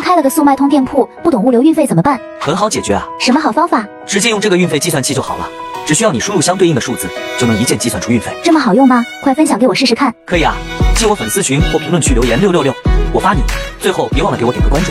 开了个速卖通店铺，不懂物流运费怎么办？很好解决啊，什么好方法？直接用这个运费计算器就好了，只需要你输入相对应的数字，就能一键计算出运费。这么好用吗？快分享给我试试看。可以啊，进我粉丝群或评论区留言六六六，我发你。最后别忘了给我点个关注。